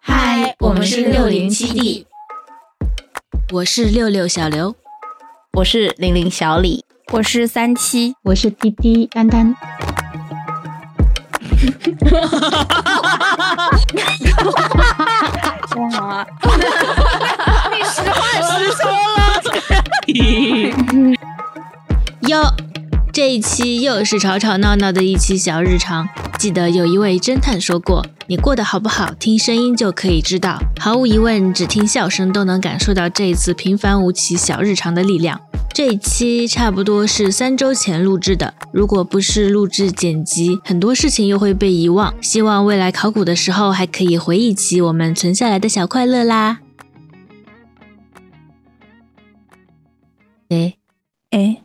嗨，我们是六零七 D，我是六六小刘，我是零零小李，我是三七，我是滴滴丹丹。说好啊！你实话实说了。哟，这一期又是吵吵闹闹的一期小日常。记得有一位侦探说过，你过得好不好，听声音就可以知道。毫无疑问，只听笑声都能感受到这一次平凡无奇小日常的力量。这一期差不多是三周前录制的，如果不是录制剪辑，很多事情又会被遗忘。希望未来考古的时候还可以回忆起我们存下来的小快乐啦。哎哎，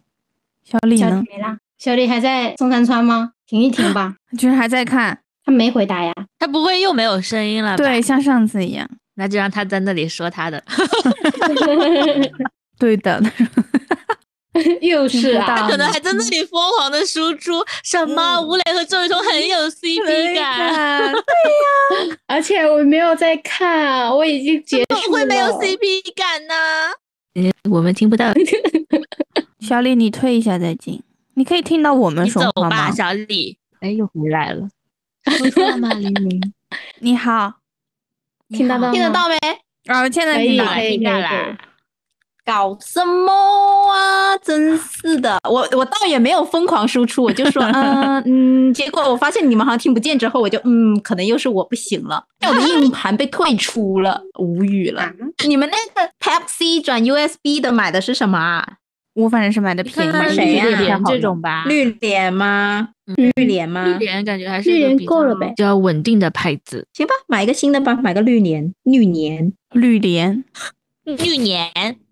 小李小呢李？没啦，小李还在松山川吗？停一停 吧，居然还在看，他没回答呀。他不会又没有声音了吧？对，，像上次一样。那就让他在那里说他的。对的，又是听啊不，可能还在那里疯狂的输出什么吴磊和周雨彤很 有 CP 感，感，而且我没有在看啊，我已经结怎束么会了。没有 CP 感呢？我们听不到， 小李，你退一下再进，你可以听到我们你说走话吧，吗？小李。哎，又回来了，说错了吗？玲 玲，你好，听得到吗听得到没？哦，现在可听以到可了，以听可到以可啦以。搞什么啊！真是的，我我倒也没有疯狂输出，我就 说嗯嗯，结果我发现你们好像听不见，之后我就嗯，可能又是我不行了，哎我的硬盘被退出了，无语了。你们那个 Type C 转 USB 的买的是什么啊？我反正是买的便看宜看的，谁呀绿太莲好这了种吧，绿联吗？嗯绿联绿吗？莲感觉还是绿一个莲比够了较呗比较稳定的牌子。行吧，买一个新的吧，买个绿联，绿联。绿莲，绿年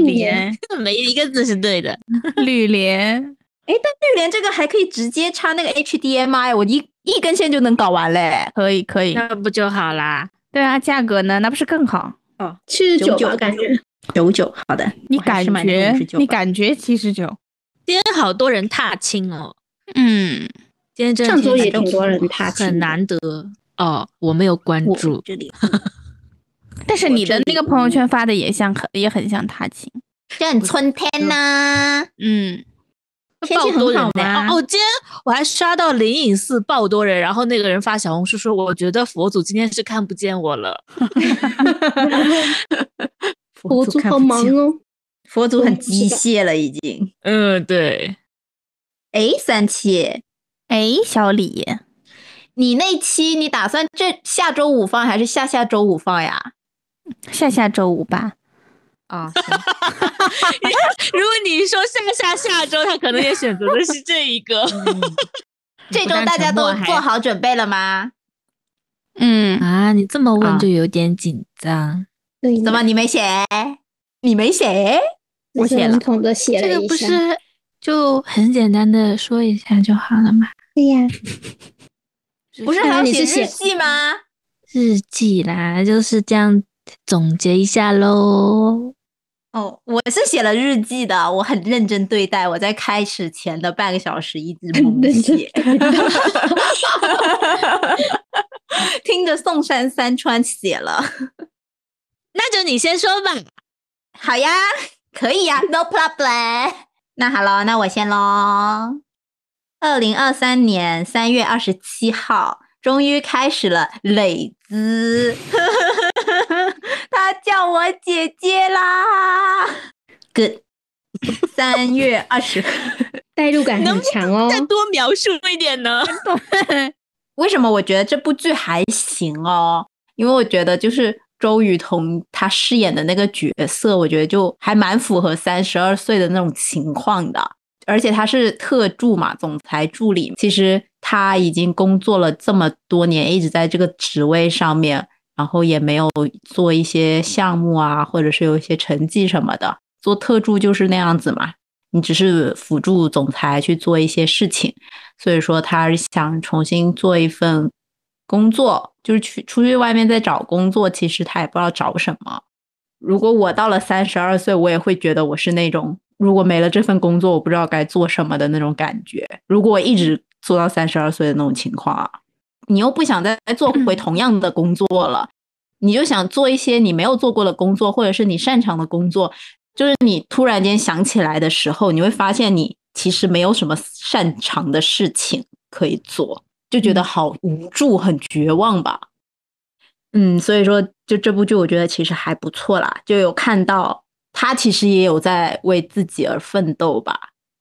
绿莲莲，没一个字是对的，绿莲，绿联这个还可以直接插那个 HDMI，我一一根线就能搞完嘞。可以可以。那不就好啦？对啊，价格呢？那不是更好？哦，七十九九嗯嗯吧，感觉九九，好的。你我还感是买那觉个59吧你感觉七十九？今天好多人踏青哦，嗯，今天真的上周天也气挺多人踏青的，很难得哦，我没有关我注。这里但是我你的这那里个朋友圈发的也像很也很像踏青。这很春天呐、嗯，天气爆多很人好呢吗？哦，今天我还刷到灵隐寺爆多人，然后那个人发小红书说，我觉得佛祖今天是看不见我了。佛祖好忙哦。佛祖很机械了，已经。嗯，对，哎，三七，哎，小李，你那期你打算这下周五放还是下下周五放呀？下下周五吧。啊、如果你说下下下周，他可能也选择的是这一 个。这周大家都做好准备了吗？嗯，啊，你这么问就有点紧张。对呢，怎么你没写？你没写？只我是写了笼统的写了一下。就很简单的说一下就好了嘛？对呀， 不是还要你是写日写记吗？日记啦，就是这样总结一下喽。哦，我是写了日记的，我很认真对待。我在开始前的半个小时一直很猛认真写， 听着宋山三川写了，那就你先说吧。好呀， 可以呀，no problem。那好了，那我先喽。二零二三年三月二十七号，终于开始了磊子， 他叫我姐姐啦。Good。三月二十，代入感很强 哦。再多描述一点 呢？为什么我觉得这部剧还行哦？因为我觉得就是周雨彤她饰演的那个角色，我觉得就还蛮符合三十二岁的那种情况的。而且她是特助嘛，总裁助理，其实她已经工作了这么多年，一直在这个职位上面，然后也没有做一些项目啊，或者是有一些成绩什么的。做特助就是那样子嘛，你只是辅助总裁去做一些事情。所以说他是想重新做一份工作，就是去出去外面再找工作，其实他也不知道找什么。如果我到了三十二岁，我也会觉得我是那种如果没了这份工作，我不知道该做什么的那种感觉。如果我一直做到三十二岁的那种情况啊，你又不想再做回同样的工作了，你就想做一些你没有做过的工作，或者是你擅长的工作，就是你突然间想起来的时候，你会发现你其实没有什么擅长的事情可以做，就觉得好无助，很绝望吧。嗯，所以说，就这部剧，我觉得其实还不错啦，就有看到他其实也有在为自己而奋斗吧。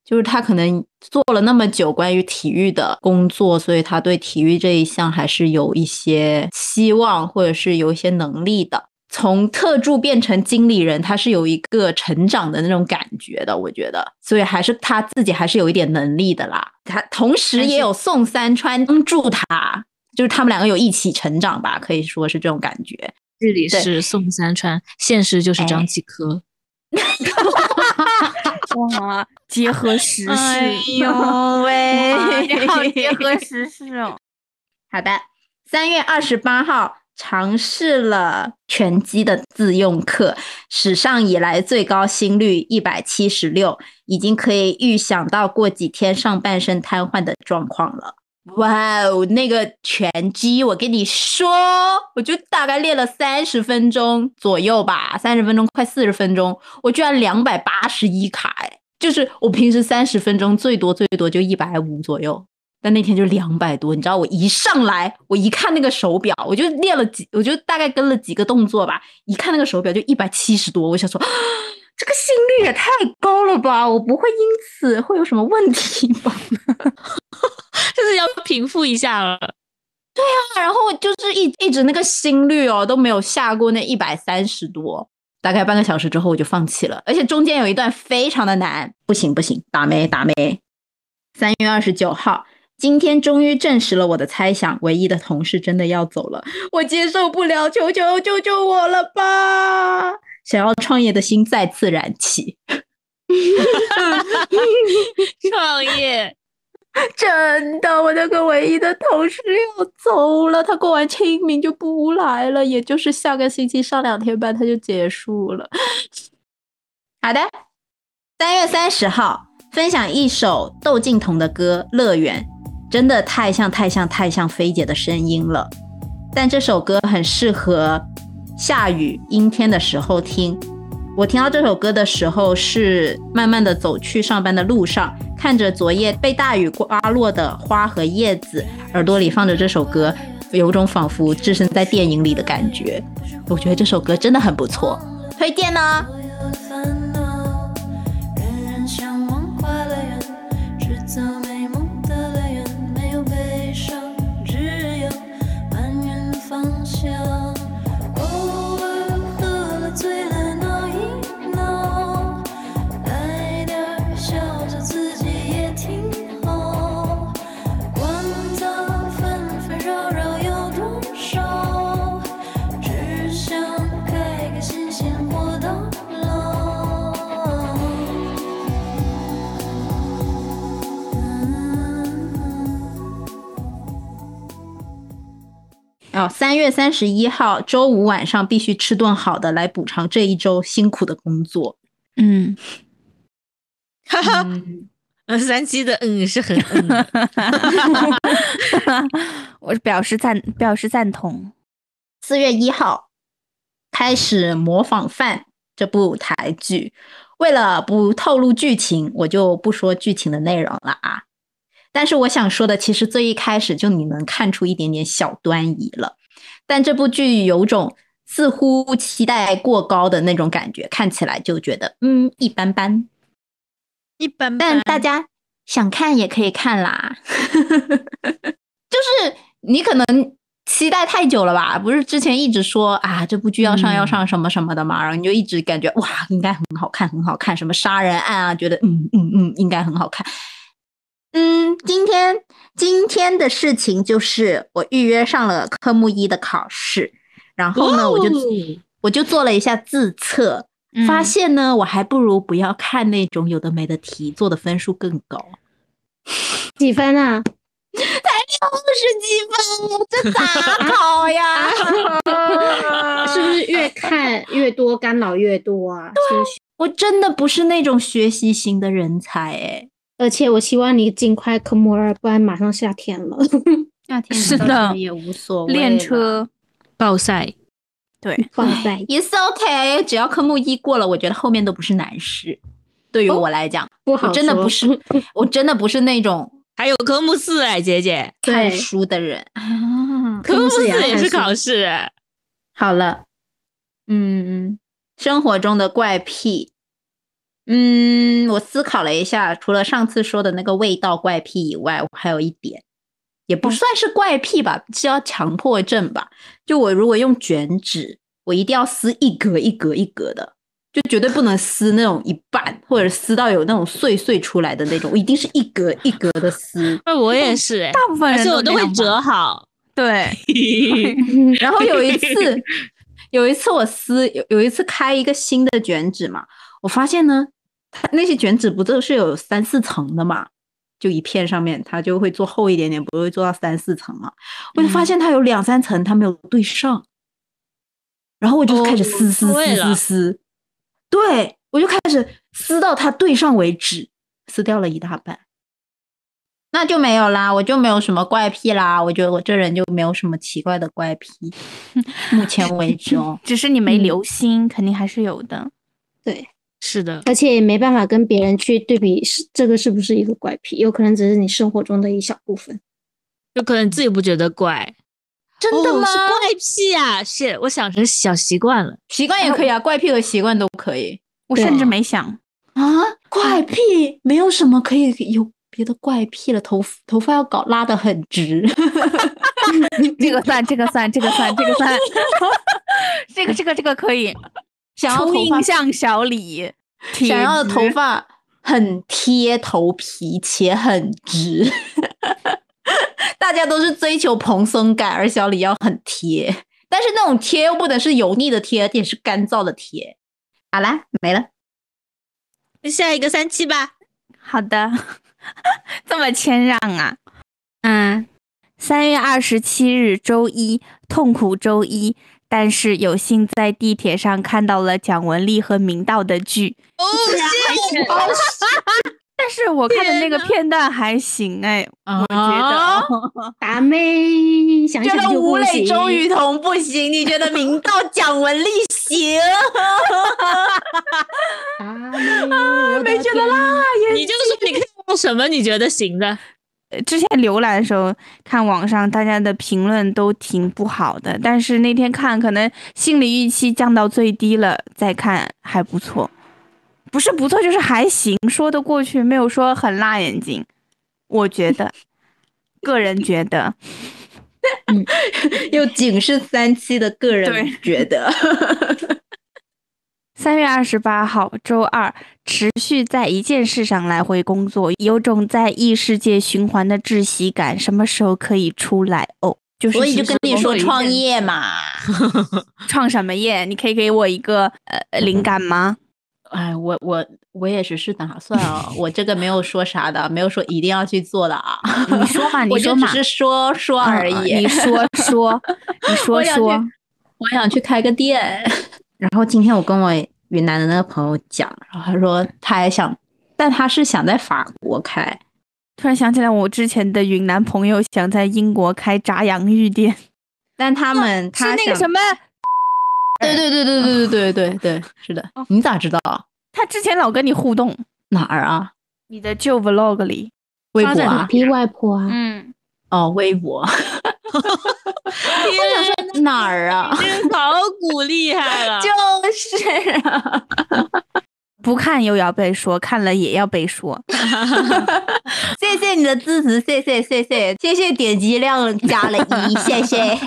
就是他可能做了那么久关于体育的工作，所以他对体育这一项还是有一些希望，或者是有一些能力的。从特助变成经理人，他是有一个成长的那种感觉的，我觉得，所以还是他自己还是有一点能力的啦。他同时也有宋三川帮助他，就是他们两个有一起成长吧，可以说是这种感觉。这里对是宋三川，现实就是哎张继科。哇，结合时事，哎呦喂 哇哎你好结合时事 哦。好的，三月二十八号尝试了拳击的自用课，史上以来最高心率一百七十六，已经可以预想到过几天上半身瘫痪的状况了。哇哦，那个拳击，我跟你说，我就大概练了三十分钟左右吧，三十分钟快四十分钟，我居然两百八十一卡，哎，就是我平时三十分钟最多最多就一百五左右，但那天就两百多，你知道我一上来，我一看那个手表，我就练了几，我就大概跟了几个动作吧，一看那个手表就一百七十多，我想说、啊这个心率也太高了吧，我不会因此会有什么问题吧？就是要平复一下 了。然后就是一一直那个心率哦都没有下过那一百三十多，大概半个小时之后我就放弃了，而且中间有一段非常的难，不行不行，打没打没。三月二十九号，今天终于证实了我的猜想，唯一的同事真的要走了，我接受不了，求求救救我了吧！想要创业的心再次燃起，创业， 真的，我那个唯一的同事要走了，他过完清明就不来了，也就是下个星期上两天班他就结束了。好的，三月三十号分享一首窦靖童的歌《乐园》，真的太像太像太像菲姐的声音了，但这首歌很适合下雨阴天的时候听，我听到这首歌的时候，是慢慢的走去上班的路上，看着昨夜被大雨刮落的花和叶子，耳朵里放着这首歌，有种仿佛置身在电影里的感觉。我觉得这首歌真的很不错，推荐呢。所有烦恼，人人向往快乐园，制造美梦的乐园，没有悲伤，只有满园芳香。偶尔喝了醉了闹一闹，来点儿笑着自己也挺好。关照纷纷扰扰有多少？只想开开心心活到老。哦，三月三十一号周五晚上必须吃顿好的来补偿这一周辛苦的工作。嗯，哈哈，嗯呃， 三七的 嗯是很嗯 的 我表示赞，表示赞同。四月一号开始模仿范这部台剧。为了不透露剧情，我就不说剧情的内容了啊。但是我想说的，其实最一开始就你能看出一点点小端倪了。但这部剧有种似乎期待过高的那种感觉，看起来就觉得嗯一般般。一般但般。大家想看也可以看啦，就是你可能期待太久了吧？不是之前一直说啊这部剧要上嗯要上什么什么的嘛，然后你就一直感觉哇应该很好看很好看，什么杀人案啊，觉得嗯嗯嗯应该很好看。嗯，今天今天的事情就是我预约上了科目一的考试，然后呢，我就我就做了一下自测，发嗯现呢，我还不如不要看那种有的没的题，做的分数更高，几分啊？二十几分，这咋考 呀？是不是越看越多，干扰越多 啊？是不是我真的不是那种学习型的人才哎。而且我希望你尽快科目二，不然马上夏天了。 夏天是的也无所谓，练。车，暴晒，对，哇塞， It's OK，只要科目一过了，我觉得后面都不是难事。对于我来讲，不好我真的说不 是，我真的不是那种还有科目四哎，姐姐，看对书的人。啊科目哦四四也要也看是书考试哎。好了，嗯，生活中的怪癖，嗯，我思考了一下，除了上次说的那个味道怪癖以外，我还有一点，也不算是怪癖吧，是要强迫症吧。就我如果用卷纸，我一定要撕一格一格一格的，就绝对不能撕那种一半，或者撕到有那种碎碎出来的那种，我一定是一格一格的撕。哎， 我也是哎，大部分而人且我都都这会样吧折。好。对，。然后有一次，有一次我撕有有一次开一个新的卷纸嘛，我发现呢，它那些卷纸不都是有三四层的嘛，就一片上面它就会做厚一点点，不会做到三四层嘛。我就发嗯现它有两三层它没有对上，然后我就开始撕撕哦对撕撕了撕，对我就开始撕到它对上为止，撕掉了一大半。那就没有啦，我就没有什么怪癖啦，我觉得我这人就没有什么奇怪的怪癖，目前为止哦 只是你没嗯留心，肯定还是有的。 是的，而且也没办法跟别人去对比是这个是不是一个怪癖，有可能只是你生活中的一小部分。有可能你自己不觉得怪，真的哦吗？是怪癖啊！是，我想成小习惯了。习惯也可以啊，怪癖和习惯都可以我对甚至没想，啊。怪癖没有什么可以有别的怪癖了，头头发要搞拉得很直。 这个算，这个算，这个算，这个算， 这个这个这个可以。想要初头发印象小李，铁想要直头发很贴头皮且很直， 大家都是追求蓬松感，而小李要很贴，但是那种贴又不能是油腻的贴，而且是干燥的贴。好啦，没了。那下一个三七吧。好的， 这么谦让啊！嗯，三月二十七日周一，痛苦周一，但是有幸在地铁上看到了蒋雯丽和明道的剧，哦，啊但是我看的那个片段还行哎，啊我哦觉达妹，想一觉想得就吴不磊、行。周雨彤不行，你觉得明道、蒋雯丽行？达妹，我没的觉得天啦，你就说你看到什么你觉得行 的？得之前浏览的时候看网上大家的评论都挺不好的，但是那天看可能心理预期降到最低了，再看还不错，不是不错就是还行，说得过去，没有说很辣眼睛，我觉得，个人觉得， 又仅是三期的个人对觉得。三月二十八号，周二，持续在一件事上来回工作，有种在异世界循环的窒息感，什么时候可以出来哦？就是所以就其实跟你工说作一创阵业嘛，创什么业？你可以给我一个呃灵感吗？哎，我我我也只是打算 啊，我这个没有说啥的，没有说一定要去做的啊。 你 说 嘛，你我就说只嘛，是说说嗯而嗯已。你说 说，你我说想去说，我想去开个店。 然后今天我跟我云南的那个朋友讲，然后他说他也想，但他是想在法国开。突然想起来，我之前的云南朋友想在英国开炸洋芋店，但他们 是他那想个什么，对对对对对对对对对，是的。你咋知道啊他之前老跟你互动，哪儿啊？你的旧 vlog 里，微发博展啊？皮外婆啊，嗯，哦，微 博。天哪儿啊？这考古厉害了，就是啊，不看又要被说，看了也要被说。谢谢你的支持，谢谢谢谢谢谢点击量加了一，谢谢。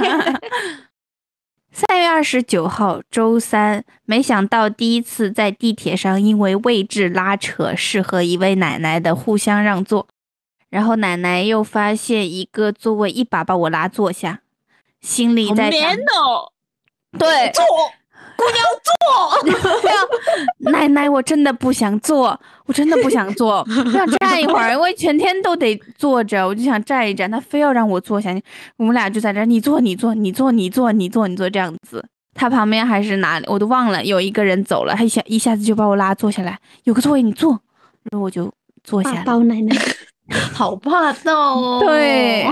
三月二十九号，周三，没想到第一次在地铁上因为位置拉扯是和一位奶奶的互相让座，然后奶奶又发现一个座位，一把把我拉坐下，心里好在想棉，哦。对，坐， 姑娘坐，奶奶，我真的不想坐，我真的不想 坐，我想站一会儿，因为全天都得坐着，我就想站一站，她非要让我坐下，我们俩就在这儿，你坐，你坐，你坐，你坐，你坐，你坐这样子。他旁边还是哪里我都忘了，有一个人走了，他一下一下子就把我拉坐下来，有个座位你坐，然后我就坐下 大了。包奶奶，哦好霸道哦对，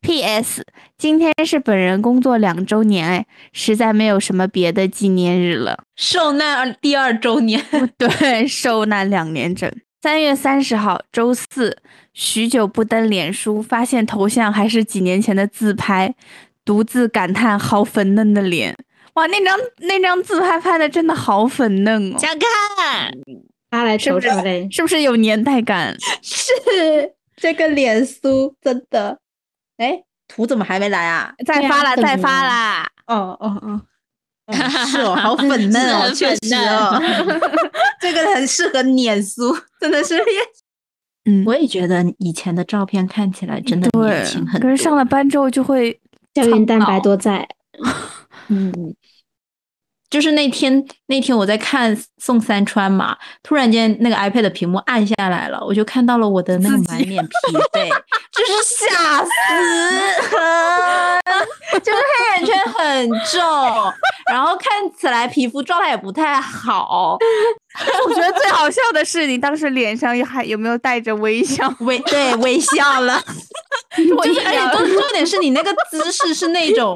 P.S. 今天是本人工作两周年，哎，实在没有什么别的纪念日了。受难二第二周年， 对，受难两年整。三月三十号，周四，许久不登脸书，发现头像还是几年前的自拍，独自感叹好粉嫩的脸。哇，那张那张自拍拍的真的好粉嫩哦，想看，发来瞅瞅嘞。 是不是有年代感？ 是这个脸书真的，哎，图怎么还没来啊？再对啊发啦，怎再么发了啦！哦哦哦。哦是哦，好粉嫩哦，是很确粉实哦，这个很适合脸书， 真的是。嗯，我也觉得以前的照片看起来真的年轻很可多。是上了班之后就会胶原蛋白多在，嗯，就是那天那天我在看宋三川嘛，突然间那个 iPad 的屏幕暗下来了，我就看到了我的那个自己满脸疲惫， 就是吓死了， 就是黑眼圈很重，然后看起来皮肤状态也不太好，我觉得最好笑的是，你当时脸上有还有没有带着微笑？微对微笑了。 我一而且重重点是你那个姿势是那种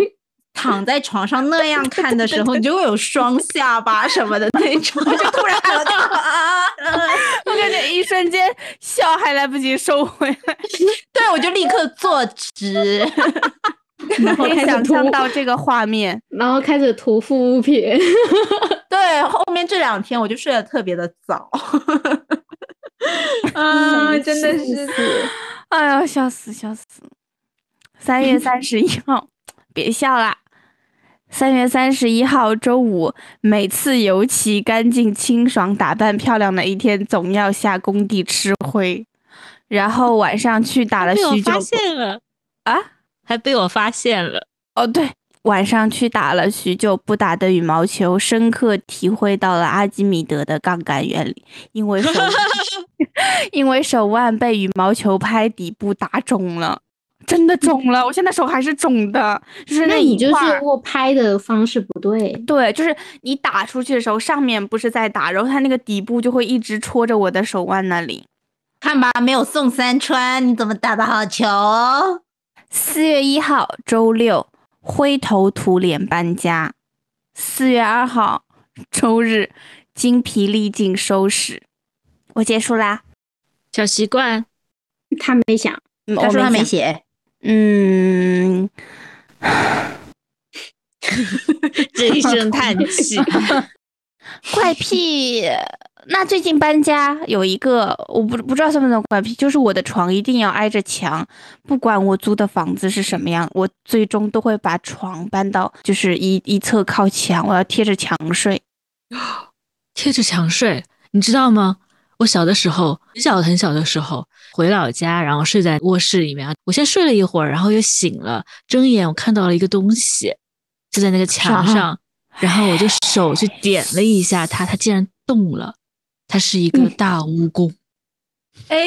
躺在床上那样看的时候，你就会有双下巴什么的那种，就突然喊了叫啊！啊我感觉一瞬间笑还来不及收回来，对，我就立刻坐直。然后可以开始想涂，象到这个画面。然后开始涂护肤品。 对，后面这两天我就睡得特别的早。啊，真的是， 哎呦，笑死笑死！三月三十一号，别笑啦。三月三十一号周五，每次尤其干净、清爽、打扮漂亮的一天，总要下工地吃灰，然后晚上去打了被我许久发工现了，啊。还被我发现了，哦，对，晚上去打了许久不打的羽毛球，深刻体会到了阿基米德的杠杆原理，因 为手因为手腕被羽毛球拍底部打肿了，真的肿了，我现在手还是肿的，就是那一你就是块儿握拍的方式不对，对，就是你打出去的时候，上面不是在打，然后它那个底部就会一直戳着我的手腕那里。看吧，没有宋三川，你怎么打的好球？嗯四月一号周六，灰头土脸搬家；四月二号周日，精疲力尽收拾。我结束啦，小习惯， 他没想。嗯他说他没想写，嗯，这一声叹气，怪癖。那最近搬家有一个，我不不知道算不算怪癖，就是我的床一定要挨着墙，不管我租的房子是什么样，我最终都会把床搬到就是一一侧靠墙，我要贴着墙睡。贴着墙睡，你知道吗？我小的时候，很小很小的时候，回老家，然后睡在卧室里面。我先睡了一会儿，然后又醒了，睁眼我看到了一个东西，就在那个墙啥上，然后我就手去点了一下它，它竟然动了，它是一嗯个大蜈蚣。哎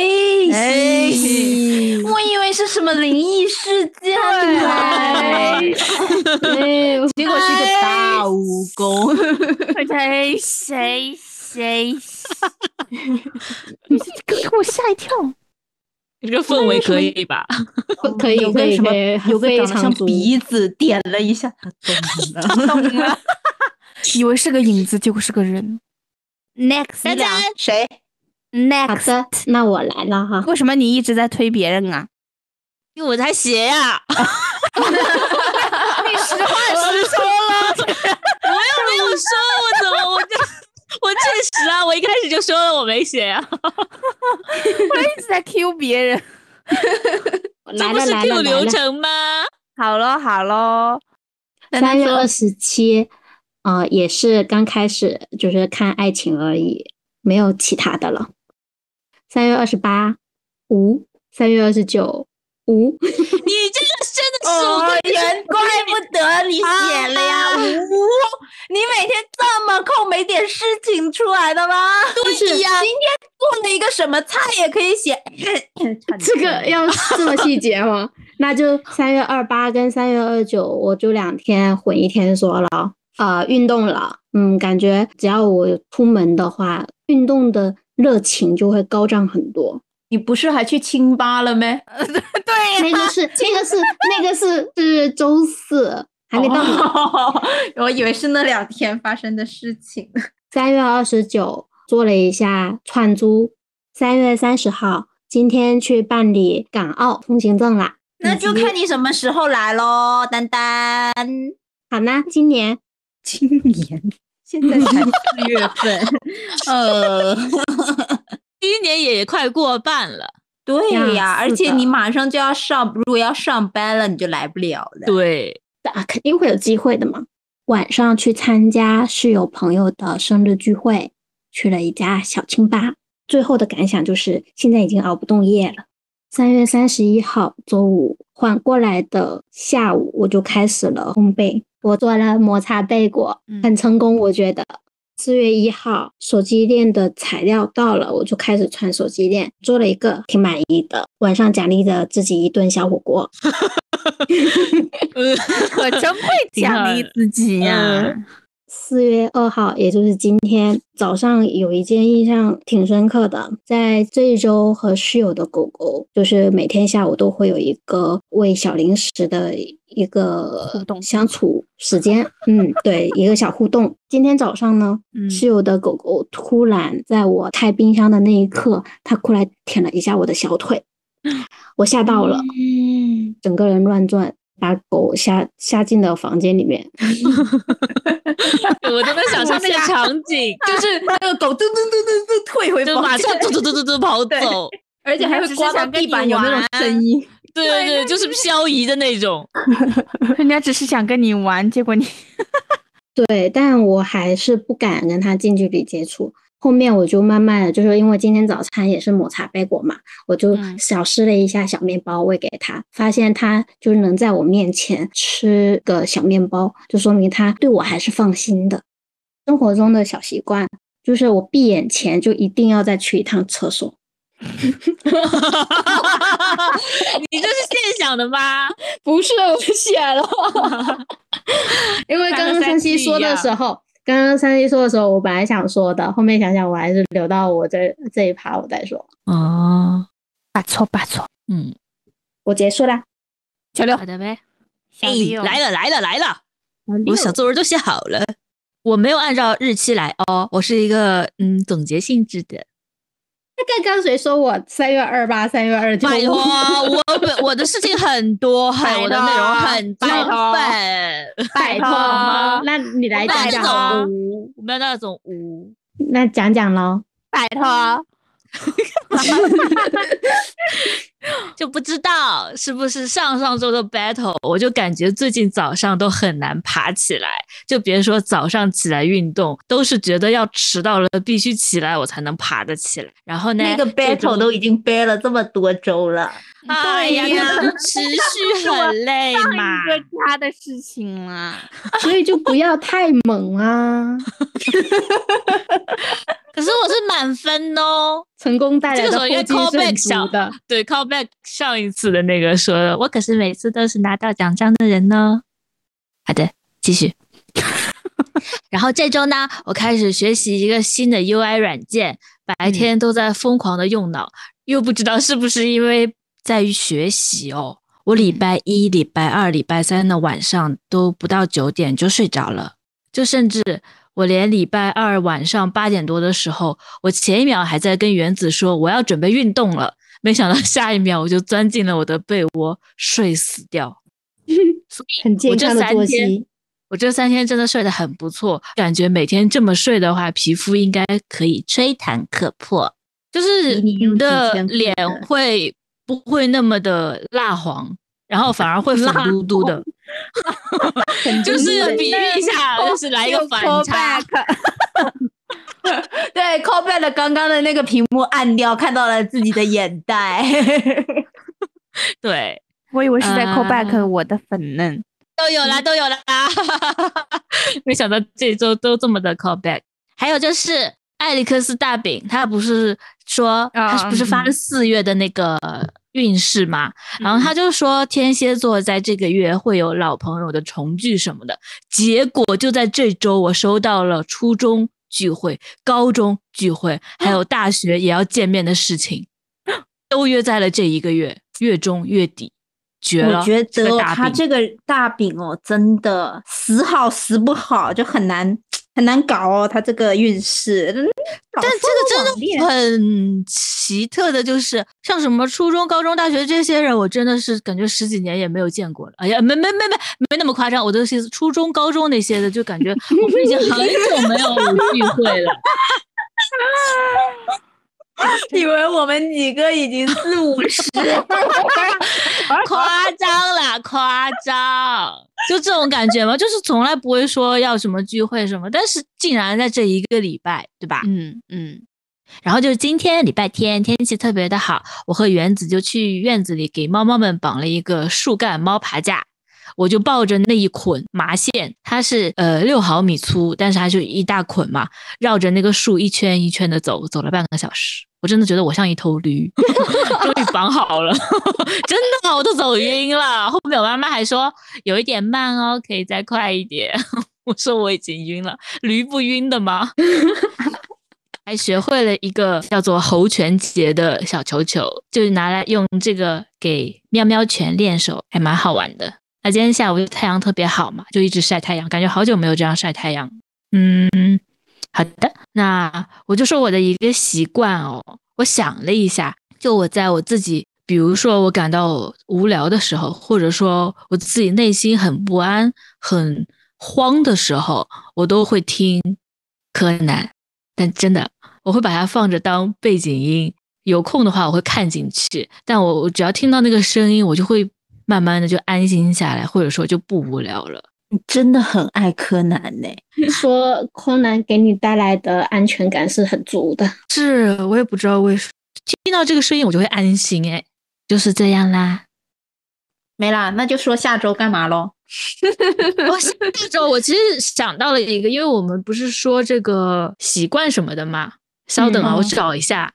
哎西我以为是什么灵异事件啊 来，哎，结果是一个大哎蜈蚣。而且谁谁， 给我吓一跳！这个氛围可以吧？ 可以有可个以什么可以，有个非长得常像足鼻子，点了一下， 懂了。懂了，以为是个影子，结果是个人。Next，你俩谁？好 next，的，那我来了哈。为什么你一直在推别人啊？因为我才写呀、你实话实说了，我又没有说，我怎么我就我确实啊，我一开始就说了我没写呀、一直在 Q 别人。来了来了来了，程吗？好咯好咯，三月二十七，呃，也是刚开始就是看爱情而已，没有其他的了。三月二十八，无；三月二十九，无；你这个真的是我跟你说人怪不得你写了呀！呜、你每天这么空，没点事情出来的吗？对呀，今天做了一个什么菜也可以写。这个要这么细节吗？ 那就三月二八跟三月二九，我就两天混一天说了。呃，运动了，嗯，感觉只要我出门的话，运动的热情就会高涨很多。你不是还去清吧了咩？那个是那个是那个是是周四，啊还没到呢。哦 我以为是那两天发生的事情。三月二十九做了一下串珠，三月三十号今天去办理港澳通行证啦。 那就看你什么时候来喽，丹丹。好呢，今年今年现在 才四月份，呃，今年也快过半了。对呀、呀而是且的你马上就要上，如果要上班了，你就来不了了。对，啊，肯定会有机会的嘛。晚上去参加室友朋友的生日聚会，去了一家小清吧。最后的感想就是，现在已经熬不动夜了。三月三十一号周五缓过来的下午，我就开始了烘焙。我做了抹茶贝果，很成功，我觉得。四月一号，手机链的材料到了，我就开始穿手机链，做了一个挺满意的。晚上奖励了自己一顿小火锅。呃可真会挺好奖励自己呀、嗯四月二号，也就是今天早上，有一件印象挺深刻的，在这一周和室友的狗狗，就是每天下午都会有一个喂小零食的一互个动相处时间，嗯，对，一个小互动。今天早上呢，嗯室友的狗狗突然在我开冰箱的那一刻，它过来舔了一下我的小腿，我吓到了，嗯，整个人乱转，把狗吓吓进了房间里面。我都能想象那个场景，就是那个狗噔噔噔噔噔退回就房马上间突突突突突跑对走，而且还会人家只是刮到想跟地你板，有那种玩声音。对对对，就是漂移的那种。 人家只是想跟你玩，结果你对，但我还是不敢跟他近距离接触。后面我就慢慢的，就是因为今天早餐也是抹茶贝果嘛，我就嗯小试了一下小面包喂给他，发现他就是能在我面前吃个小面包，就说明他对我还是放心的。生活中的小习惯，就是我闭眼前就一定要再去一趟厕所。你这是现想的吗？不是我写了， 因为刚刚三七说的时候，刚刚三七说的时候，我本来想说的，后面想想我还是留到我这这一趴我再说。哦，把错把错，嗯，我结束啦，小六好的呗。小哦哎六，来了来了来了，六我小作文都写好了，我没有按照日期来哦，我是一个嗯总结性质的。那刚刚谁说我三月二八、三月二九？哎拜托， 我本我的事情很多，很拜我的内容托很充拜托分，拜托拜托，那你来哦拜讲托哦讲五，我们要那种无。那讲讲喽。拜托，就不知道是不是上上周的 battle，我就感觉最近早上都很难爬起来，就别说早上起来运动，都是觉得要迟到了，必须起来我才能爬得起来。然后呢，那个这 battle 种都已经背了这么多周了， 哎呀，对呀那就持续很累嘛上。一个家的事情了，所以就不要太猛啊，可是我是满分哦，成功带来这个时的候后应该劲是很 callback 小足的。 对，callback 上一次的那个说的，我可是每次都是拿到奖章的人呢。好的，继续。 然后这周呢，我开始学习一个新的 UI 软件，白天都在疯狂的用脑，又不知道是不是因为在于学习哦。我礼拜一、礼拜二、礼拜三的晚上都不到九点就睡着了，就甚至我连礼拜二晚上八点多的时候，我前一秒还在跟原子说我要准备运动了，没想到下一秒我就钻进了我的被窝睡死掉。所 以很健我这康的三作天息，我这三天真的睡得很不错，感觉每天这么睡的话，皮肤应该可以吹弹可破，就是比你用你的几千块脸的会不会那么的蜡黄，然后反而会粉嘟嘟的，很就独立是的哦比例 一下就是来一个反差。对，callback 了刚刚的那个屏幕按掉，看到了自己的眼 袋。对，我以为是在 call back 啊我的粉嫩，都有啦，都有啦，嗯 没想到这周都这么的 callback。还有就是艾利克斯大饼，他不是说啊他是不是发了四月的那个运势嘛？然后他就说天蝎座在这个月会有老朋友的重聚什么的。结果就在这周，我收到了初中聚会、高中聚会，还有大学也要见面的事情。都约在了这一个月，月中、月底，绝了！我觉这得个哦大他饼这个大饼哦，真的时好时不好，就很难很难搞哦。他这个运势，但这个真的的很奇特的，就是像什么初中、高中、大学这些人，我真的是感觉十几年也没有见过了。哎呀，没没没没没那么夸张，我的意思初中、高中那些的，就 感觉我们已经很久没有聚会了。以为我们几个已经四五十 夸张啦，夸张，就这种感觉嘛，就是从来不会说要什么聚会什么，但是竟然在这一个礼拜，对吧？嗯嗯，然后就是今天礼拜天，天气特别的好，我和园子就去院子里给猫猫们绑了一个树干猫爬架。我就抱着那一捆麻线，它是呃六毫米粗，但是它就一大捆嘛，绕着那个树一圈一圈的走，走了半个小时。我真的觉得我像一头驴， 终于绑好了， 真的，我都走晕了。后面我妈妈还说有一点慢哦，可以再快一点。 我说我已经晕了，驴不晕的吗？还学会了一个叫做猴拳结的小球球，就是拿来用这个给喵喵拳练手，还蛮好玩的。那今天下午就太阳特别好嘛，就一直晒太阳，感觉好久没有这样晒太阳。嗯，好的，那我就说我的一个习惯哦。我想了一下，就我在我自己，比如说我感到无聊的时候，或者说我自己内心很不安、很慌的时候，我都会听柯南，但真的我会把它放着当背景音。有空的话，我会看进去，但我我只要听到那个声音，我就会慢慢的就安心下来，或者说就不无聊了。真的很爱柯南呢、说柯南给你带来的安全感是很足的。是我也不知道为什么，听到这个声音我就会安心哎，就是这样啦。没啦，那就说下周干嘛喽？我 下周我其实想到了一个，因为我们不是说这个习惯什么的嘛，稍等啊，嗯我找一下，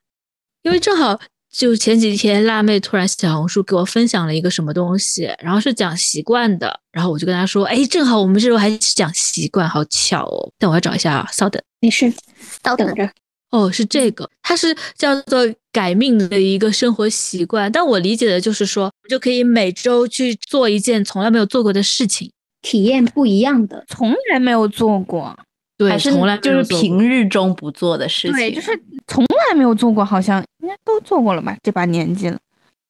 因为正好就前几天辣妹突然小红书给我分享了一个什么东西，然后是讲习惯的，然后我就跟她说，哎，正好我们这周还讲习惯，好巧哦。但我要找一下啊，稍等。没事，稍等等，着。哦，是这个，它是叫做改命的一个生活习惯。但我理解的就是说，我就可以每周去做一件从来没有做过的事情，体验不一样的，从来没有做过，对，还是从来没就有是做过平日中不做的事情？对，就是从来没有做过，好像应该都做过了吧？这把年纪了，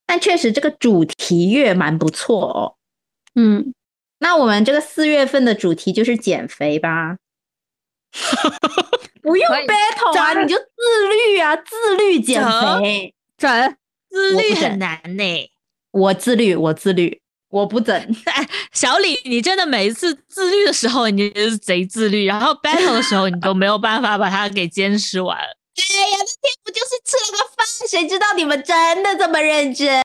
但确实这个主题月蛮不错哦。嗯，那我们这个四月份的主题就是减肥 吧。不用可以 battle 啊，你就自律啊，自律减走肥。准自我律不很整难呢、我自律，我自律，我不整。小李，你真的每一次自律的时候，你就是贼自律， 然后 battle 的时候，你都没有办法把它给坚持完。哎呀，那天不就是吃了个饭？谁知道你们真的这么认 真？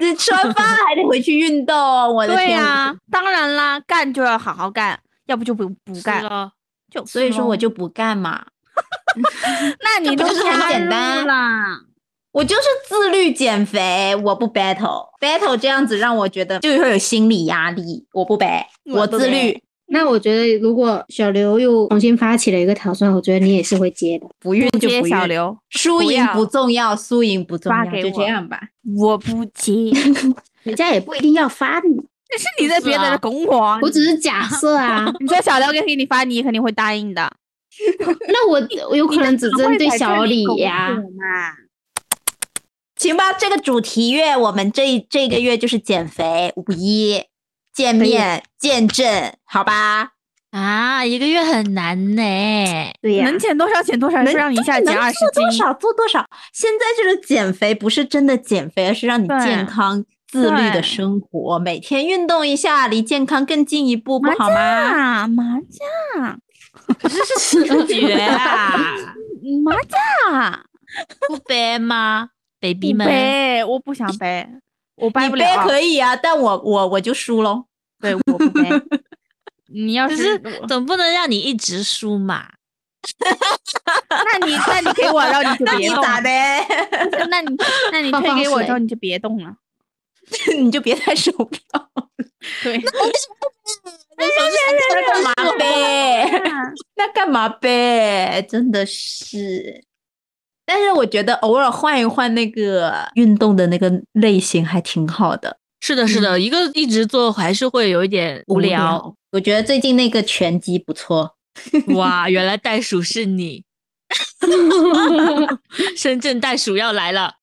这吃完饭还得回去运动，我的对天！呀、当然啦，干就要好好干，要不就不不干，了，就所以说我就不干嘛，那你这都啊不是很加简入单啦。我就是自律减肥，我不 battle battle 这样子让我觉得就会有心理压力，我不 bat，我我不自律，那我觉得如果小刘又重新发起了一个挑战，我觉得你也是会接的。不 运就接不小运，刘，输不赢要不重要，输赢不重发要，给就这我样吧。我不 接。人家也不一定要发你，这是你在是别的啊人拱我，。我只是假设啊你说小刘给你发，你肯定会答应的。那我我有可能只针对小李呀、行吧，这个主题月我们这一这个月就是减肥、五一、见面、见证，好吧？啊，一个月很难呢、哎对呀、能减多少减多少，能是让你一下能减二十做多斤。少做多少。现在这个减肥不是真的减肥，而是让你对健康自律的对生活，每天运动一下，离健康更进一步，不麻好 吗？啊，麻将， 绝 啊！麻将，啊不背吗，baby 不们？背，我不想背，我背你不背了。可以啊，但我我我就输喽。对，我不背。你要可是是，总不能让你一直输嘛。那你那你给我，让你就那别你动咋了。的？ 那你那你放推放给我水之后，你就别动了。你就别戴手 表，对，那干啊嘛 背？那干嘛背？真的是。但是我觉得偶尔换一换那个运动的那个类型还挺好的。是的，是的，一个一直做还是会有一点嗯无聊。，我觉得最近那个拳击不错。哇，原来袋鼠是你， 深圳袋鼠要来了。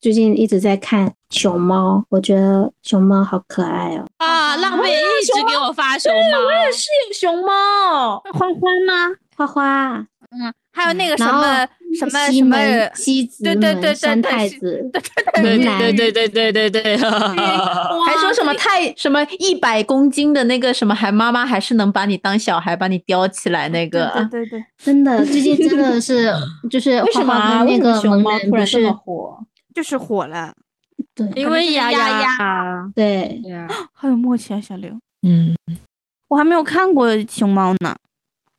最近一直在看熊猫，我觉得熊猫好可爱哦。啊！浪妹一直给 我发熊猫，是有熊猫，花花吗？花花，还有那嗯个什然后么什么西什么，门西子对门对对对三太对，是子，对对对对很对难对对对对对对， 还说什么太什么一百公斤的那个什么，还妈妈还是能把你当小孩，把你叼起来那个。对对对，真的，最近真的是就是为什花么花啊？跟为什那么个熊萌猫男突不然这是么火？就是火了，对因为呀丫丫呀，对，好有默契啊，小刘，嗯，我还没有看过熊猫呢。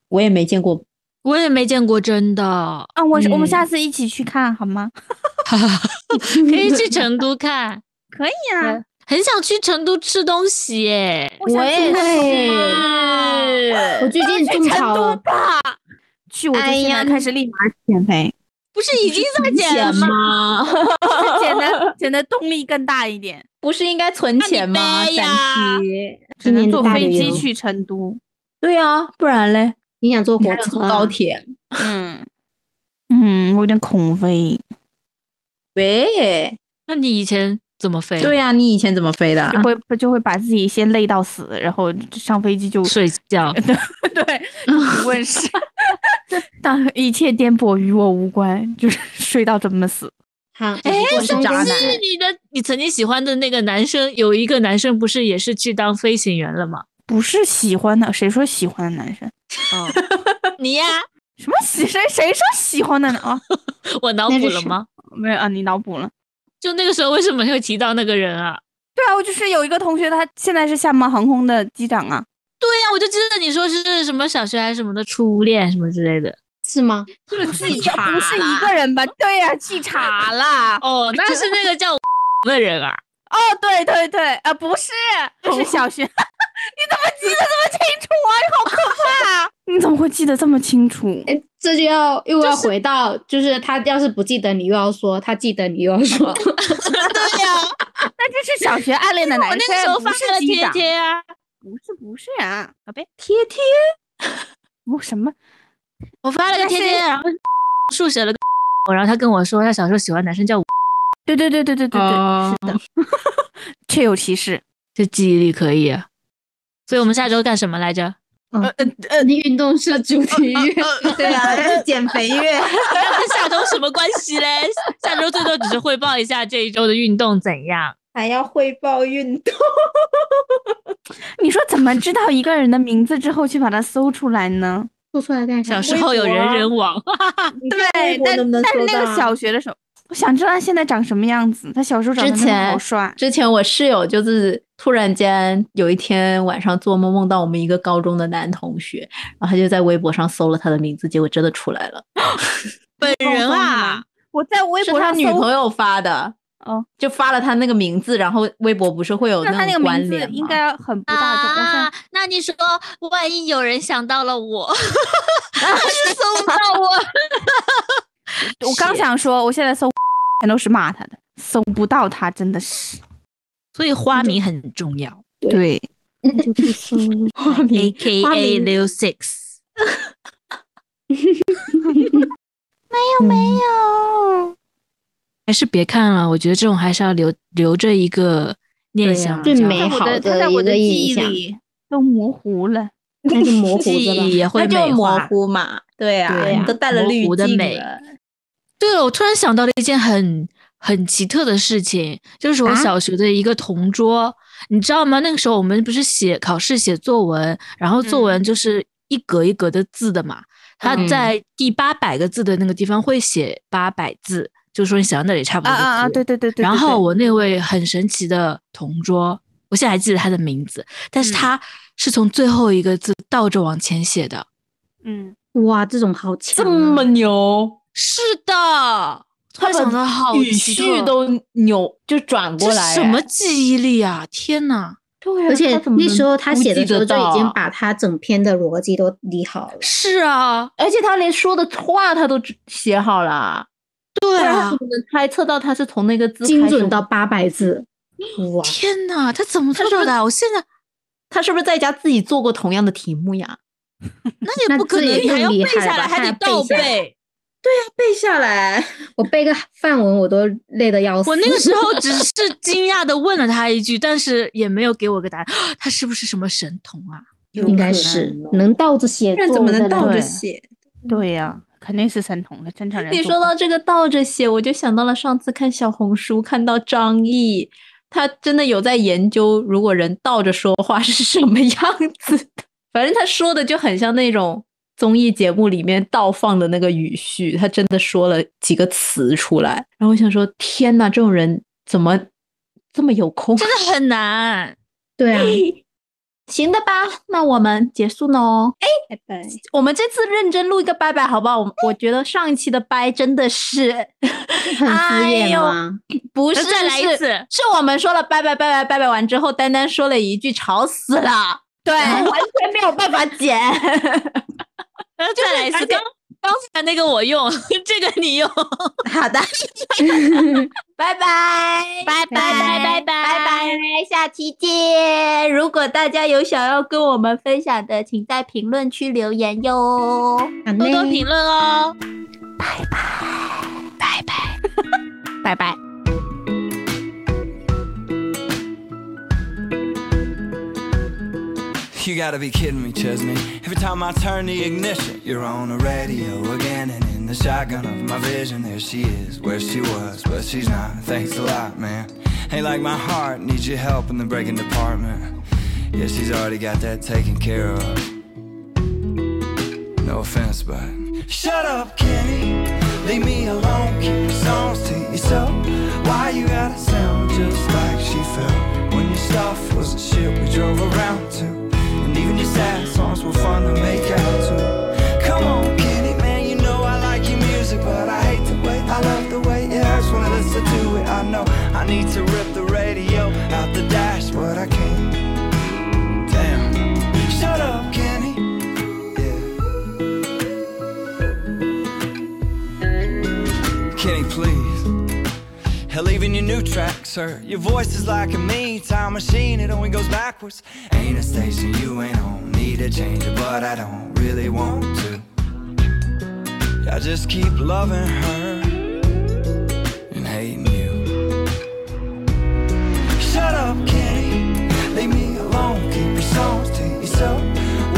我也没见过。我也没见过真的，啊，我是我们嗯下次一起去看好吗？可以 去成都看，可以啊，很想去成都吃东西耶。想去也看哎是我最近去种哎成草都了，吧。去，我就哎现呀在开始立马减肥，不是已经在减了钱吗？吗？减的减的动力更大一点。不是应该存钱吗？那你展背呀期。只今能年坐大飞旅机游去成都。对啊，不然嘞，你想坐火还有车坐啊？高铁。嗯嗯，我有点恐飞，喂，那你以前怎么飞？对呀、你以前怎么飞的啊？就会不就会把自己先累到死，然后上飞机就睡觉。 对，不问 世。当一切颠簸与我无关，就是睡到怎么死。好，哎我是中渣间男是你的你曾经喜欢的那个男生，有一个男生不是也是去当飞行员了吗？不是喜欢的，谁说喜欢的男生？哦你呀，什么喜谁谁说喜欢的呢？哦，我脑那补是了谁吗？没有啊，你脑补了。就那个时候为什么会提到那个人啊？对啊，我就是有一个同学，他现在是厦门航空的机长啊。对呀，我就记得你说是什么小学还是什么的初恋什么之类的。是吗？这个记差不是一个人吧？对呀、记岔了。哦，那是那个叫的人啊。哦，对对对，啊、不是，是小学。你 怎么记得这么清楚啊？你好可怕、啊！ 你怎么会记得这么清楚？哎，这就要又要回到，就是他要是不记得，你又要说；他记得，你又要说。对呀， 那这是小学暗恋的我男那生，个时候发不是了机贴长贴啊。不是不是啊，宝贝，贴 贴，我哦什么？我发了个但贴是贴，然后数学了个，然后他跟我说他小时候喜欢男生叫，对对对对对对对，哦是的， 确有其事。这记忆力可以啊。所以我们下周干什么来着？ 你运动社主题乐， 对啊，是减肥月。那跟下周什么关系嘞？下周最多只是汇报一下这一周的运动怎样。还要汇报运动，你说怎么知道一个人的名字之后去把它搜出来呢？说出来干啥 小？时候有人人网，对，但但是那个小学的时候，我想知道他现在长什么样子。他小时候长得之那么好前帅， 之前我室友就是突然间有一天晚上做梦梦到我们一个高中的男同学，然后他就在微博上搜了他的名字，结果真的出来了，本人人啊啊，我在微是博他上女搜朋友发的，哦，就发了他那个名字，然后微博不是会有那他那种个关名字联应吗？该很不大众，但啊是，那你说，万一有人想到了 我， 他是搜不到我。我刚想说，我现在搜全都是骂他的，搜不到他真的是 所以花嗯名很重要对。那就不说了。花，A 名 K 花 A 名六 six。没有，还是别看了，我觉得这种还是要留留着一个念对呀想 比最较好，美好他在一我的个记印忆象，里都模糊了。 那就模糊记着吧。 忆也那会就美模化。糊嘛，对啊，对呀都带了模滤糊的镜美了对了，我突然想到了一件很很奇特的事情，就是我啊小学的一个同桌，你知道吗？那个时候我们不是写考试写作文，然后作嗯文就是一格一格的字的嘛。他嗯在第八百个字的那个地方会写八百字，就是说你写到那里差不啊多就可以啊啊！了对对对对。然对后对我那位很神奇的同桌，我现在还记得他的名字，但是嗯他是从最后一个字倒着往前写的。嗯，哇，这种好强、这啊！么牛，是的，突然他想把到好语奇特序都扭就转这过来，哎什么记忆力啊！天哪，对啊而且那时候他写的时候就已经，他怎么能不记得到把他整篇的逻辑都理好了。是啊，而且他连说的话他都只写好了，对不然他啊怎，么能猜测到他是从那个字精开始准到八百字，哇！天哪，他怎么做到的？我现 在他是不是在家自己做过同样的题目呀？那也那不可这能，也你还更要厉背害了下吧来，他还还得背倒下来背。啊背下来，我背个范文我都累得要死。我那个时候 只是惊讶的问了他一句，但是也没有给我个答案。 他是不是什么神童啊？应该是能倒着写不作然文的怎么人，能倒着对写？对呀、肯定是神童的，正常人你做说不到这个倒着写，我就想到了上次看小红书看到张译，他真的有在研究，如果人倒着说话是什么样子的。反正他说的就很像那种综艺节目里面倒放的那个语序，他真的说了几个词出来，然后我想说，天呐，这种人怎么这么有空？真的很难。对啊，行的吧，那我们结束喽。哎，我们这次认真录一个拜拜，好不好？我我觉得上一期的拜真的是 很敷哎衍啊呦吗？不是，再来一是次是我们说了拜拜拜拜拜拜完之后，丹丹说了一句吵死了，对，完全没有办法剪。 然后再来一次，刚刚才那个我用， 这个你用，好的，拜拜拜拜拜拜拜，下期见。如果大家有想要跟我们分享的，请在评论区留言哟。好多多嘞评论哦。拜拜。 You gotta be kidding me, Chesney. Every time I turn the ignition, you're on the radio again. And in the shotgun of my vision, there she is, where she was, but she's not. Thanks a lot, man. Ain't like my heart needs your help in the breaking department. Yeah, she's already got that taken care of. No offense, but. Shut up, Kenny. Leave me alone. Keep your songs to yourself. Why you gotta sound just like she felt when your stuff was the shit we drove around to, and even your sad songs were fun to make out to. Come on, Kenny, man, you know I like your music, but I hate the way I love the way it hurts when I listen to it. I know I need to rip the radio out the dash, but I can't. Damn. Shut up, Kenny. Yeah. Kenny, please. Hell, even your new track, sir. Your voice is like a me time machine, it only goes backwards. Ain't a station you ain't on, need a change, it, but I don't really want to. I just keep loving her and hating you. Shut up, Kenny. Leave me alone, keep your songs to yourself.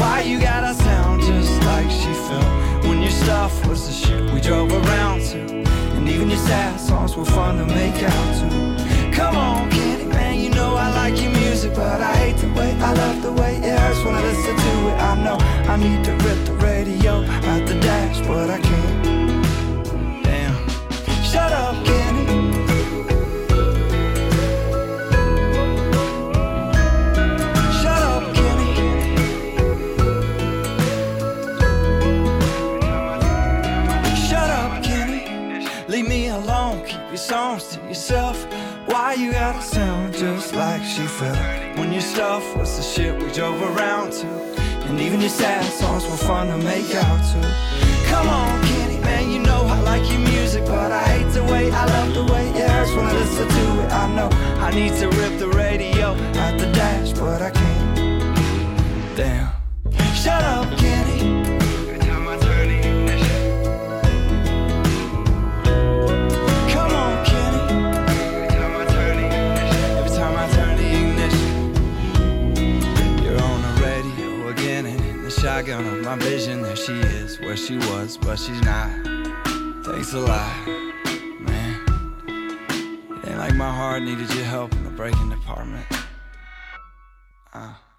Why you gotta sound just like she felt when your stuff was the shit we drove around to? And even your sad songs were fun to make out to. Come on, Kenny, man, you know I like your music, but I hate the way I love the way it hurts when I listen to it. I know I need to rip the radio out the dash, but I can't. Damn. Shut up, Kenny. Shut up, Kenny. Shut up, Kenny. Leave me alone. Keep your songs to yourself. Why you gotta sound just like she felt when your stuff was the shit we drove around to, and even your sad songs were fun to make out to. Come on, Kenny, man, you know I like your music, but I hate the way I love the way it hurts when I listen to it. I know I need to rip the radio out the dash, but I can't. Damn. Shut up, Kenny. Come on, Kenny. Every time I turn the ignition, you're on the radio again. And in the shotgun of my vision, there she is, where she was, but she's not. Thanks a lot, man. It ain't like my heart needed your help in the breaking department. Uh.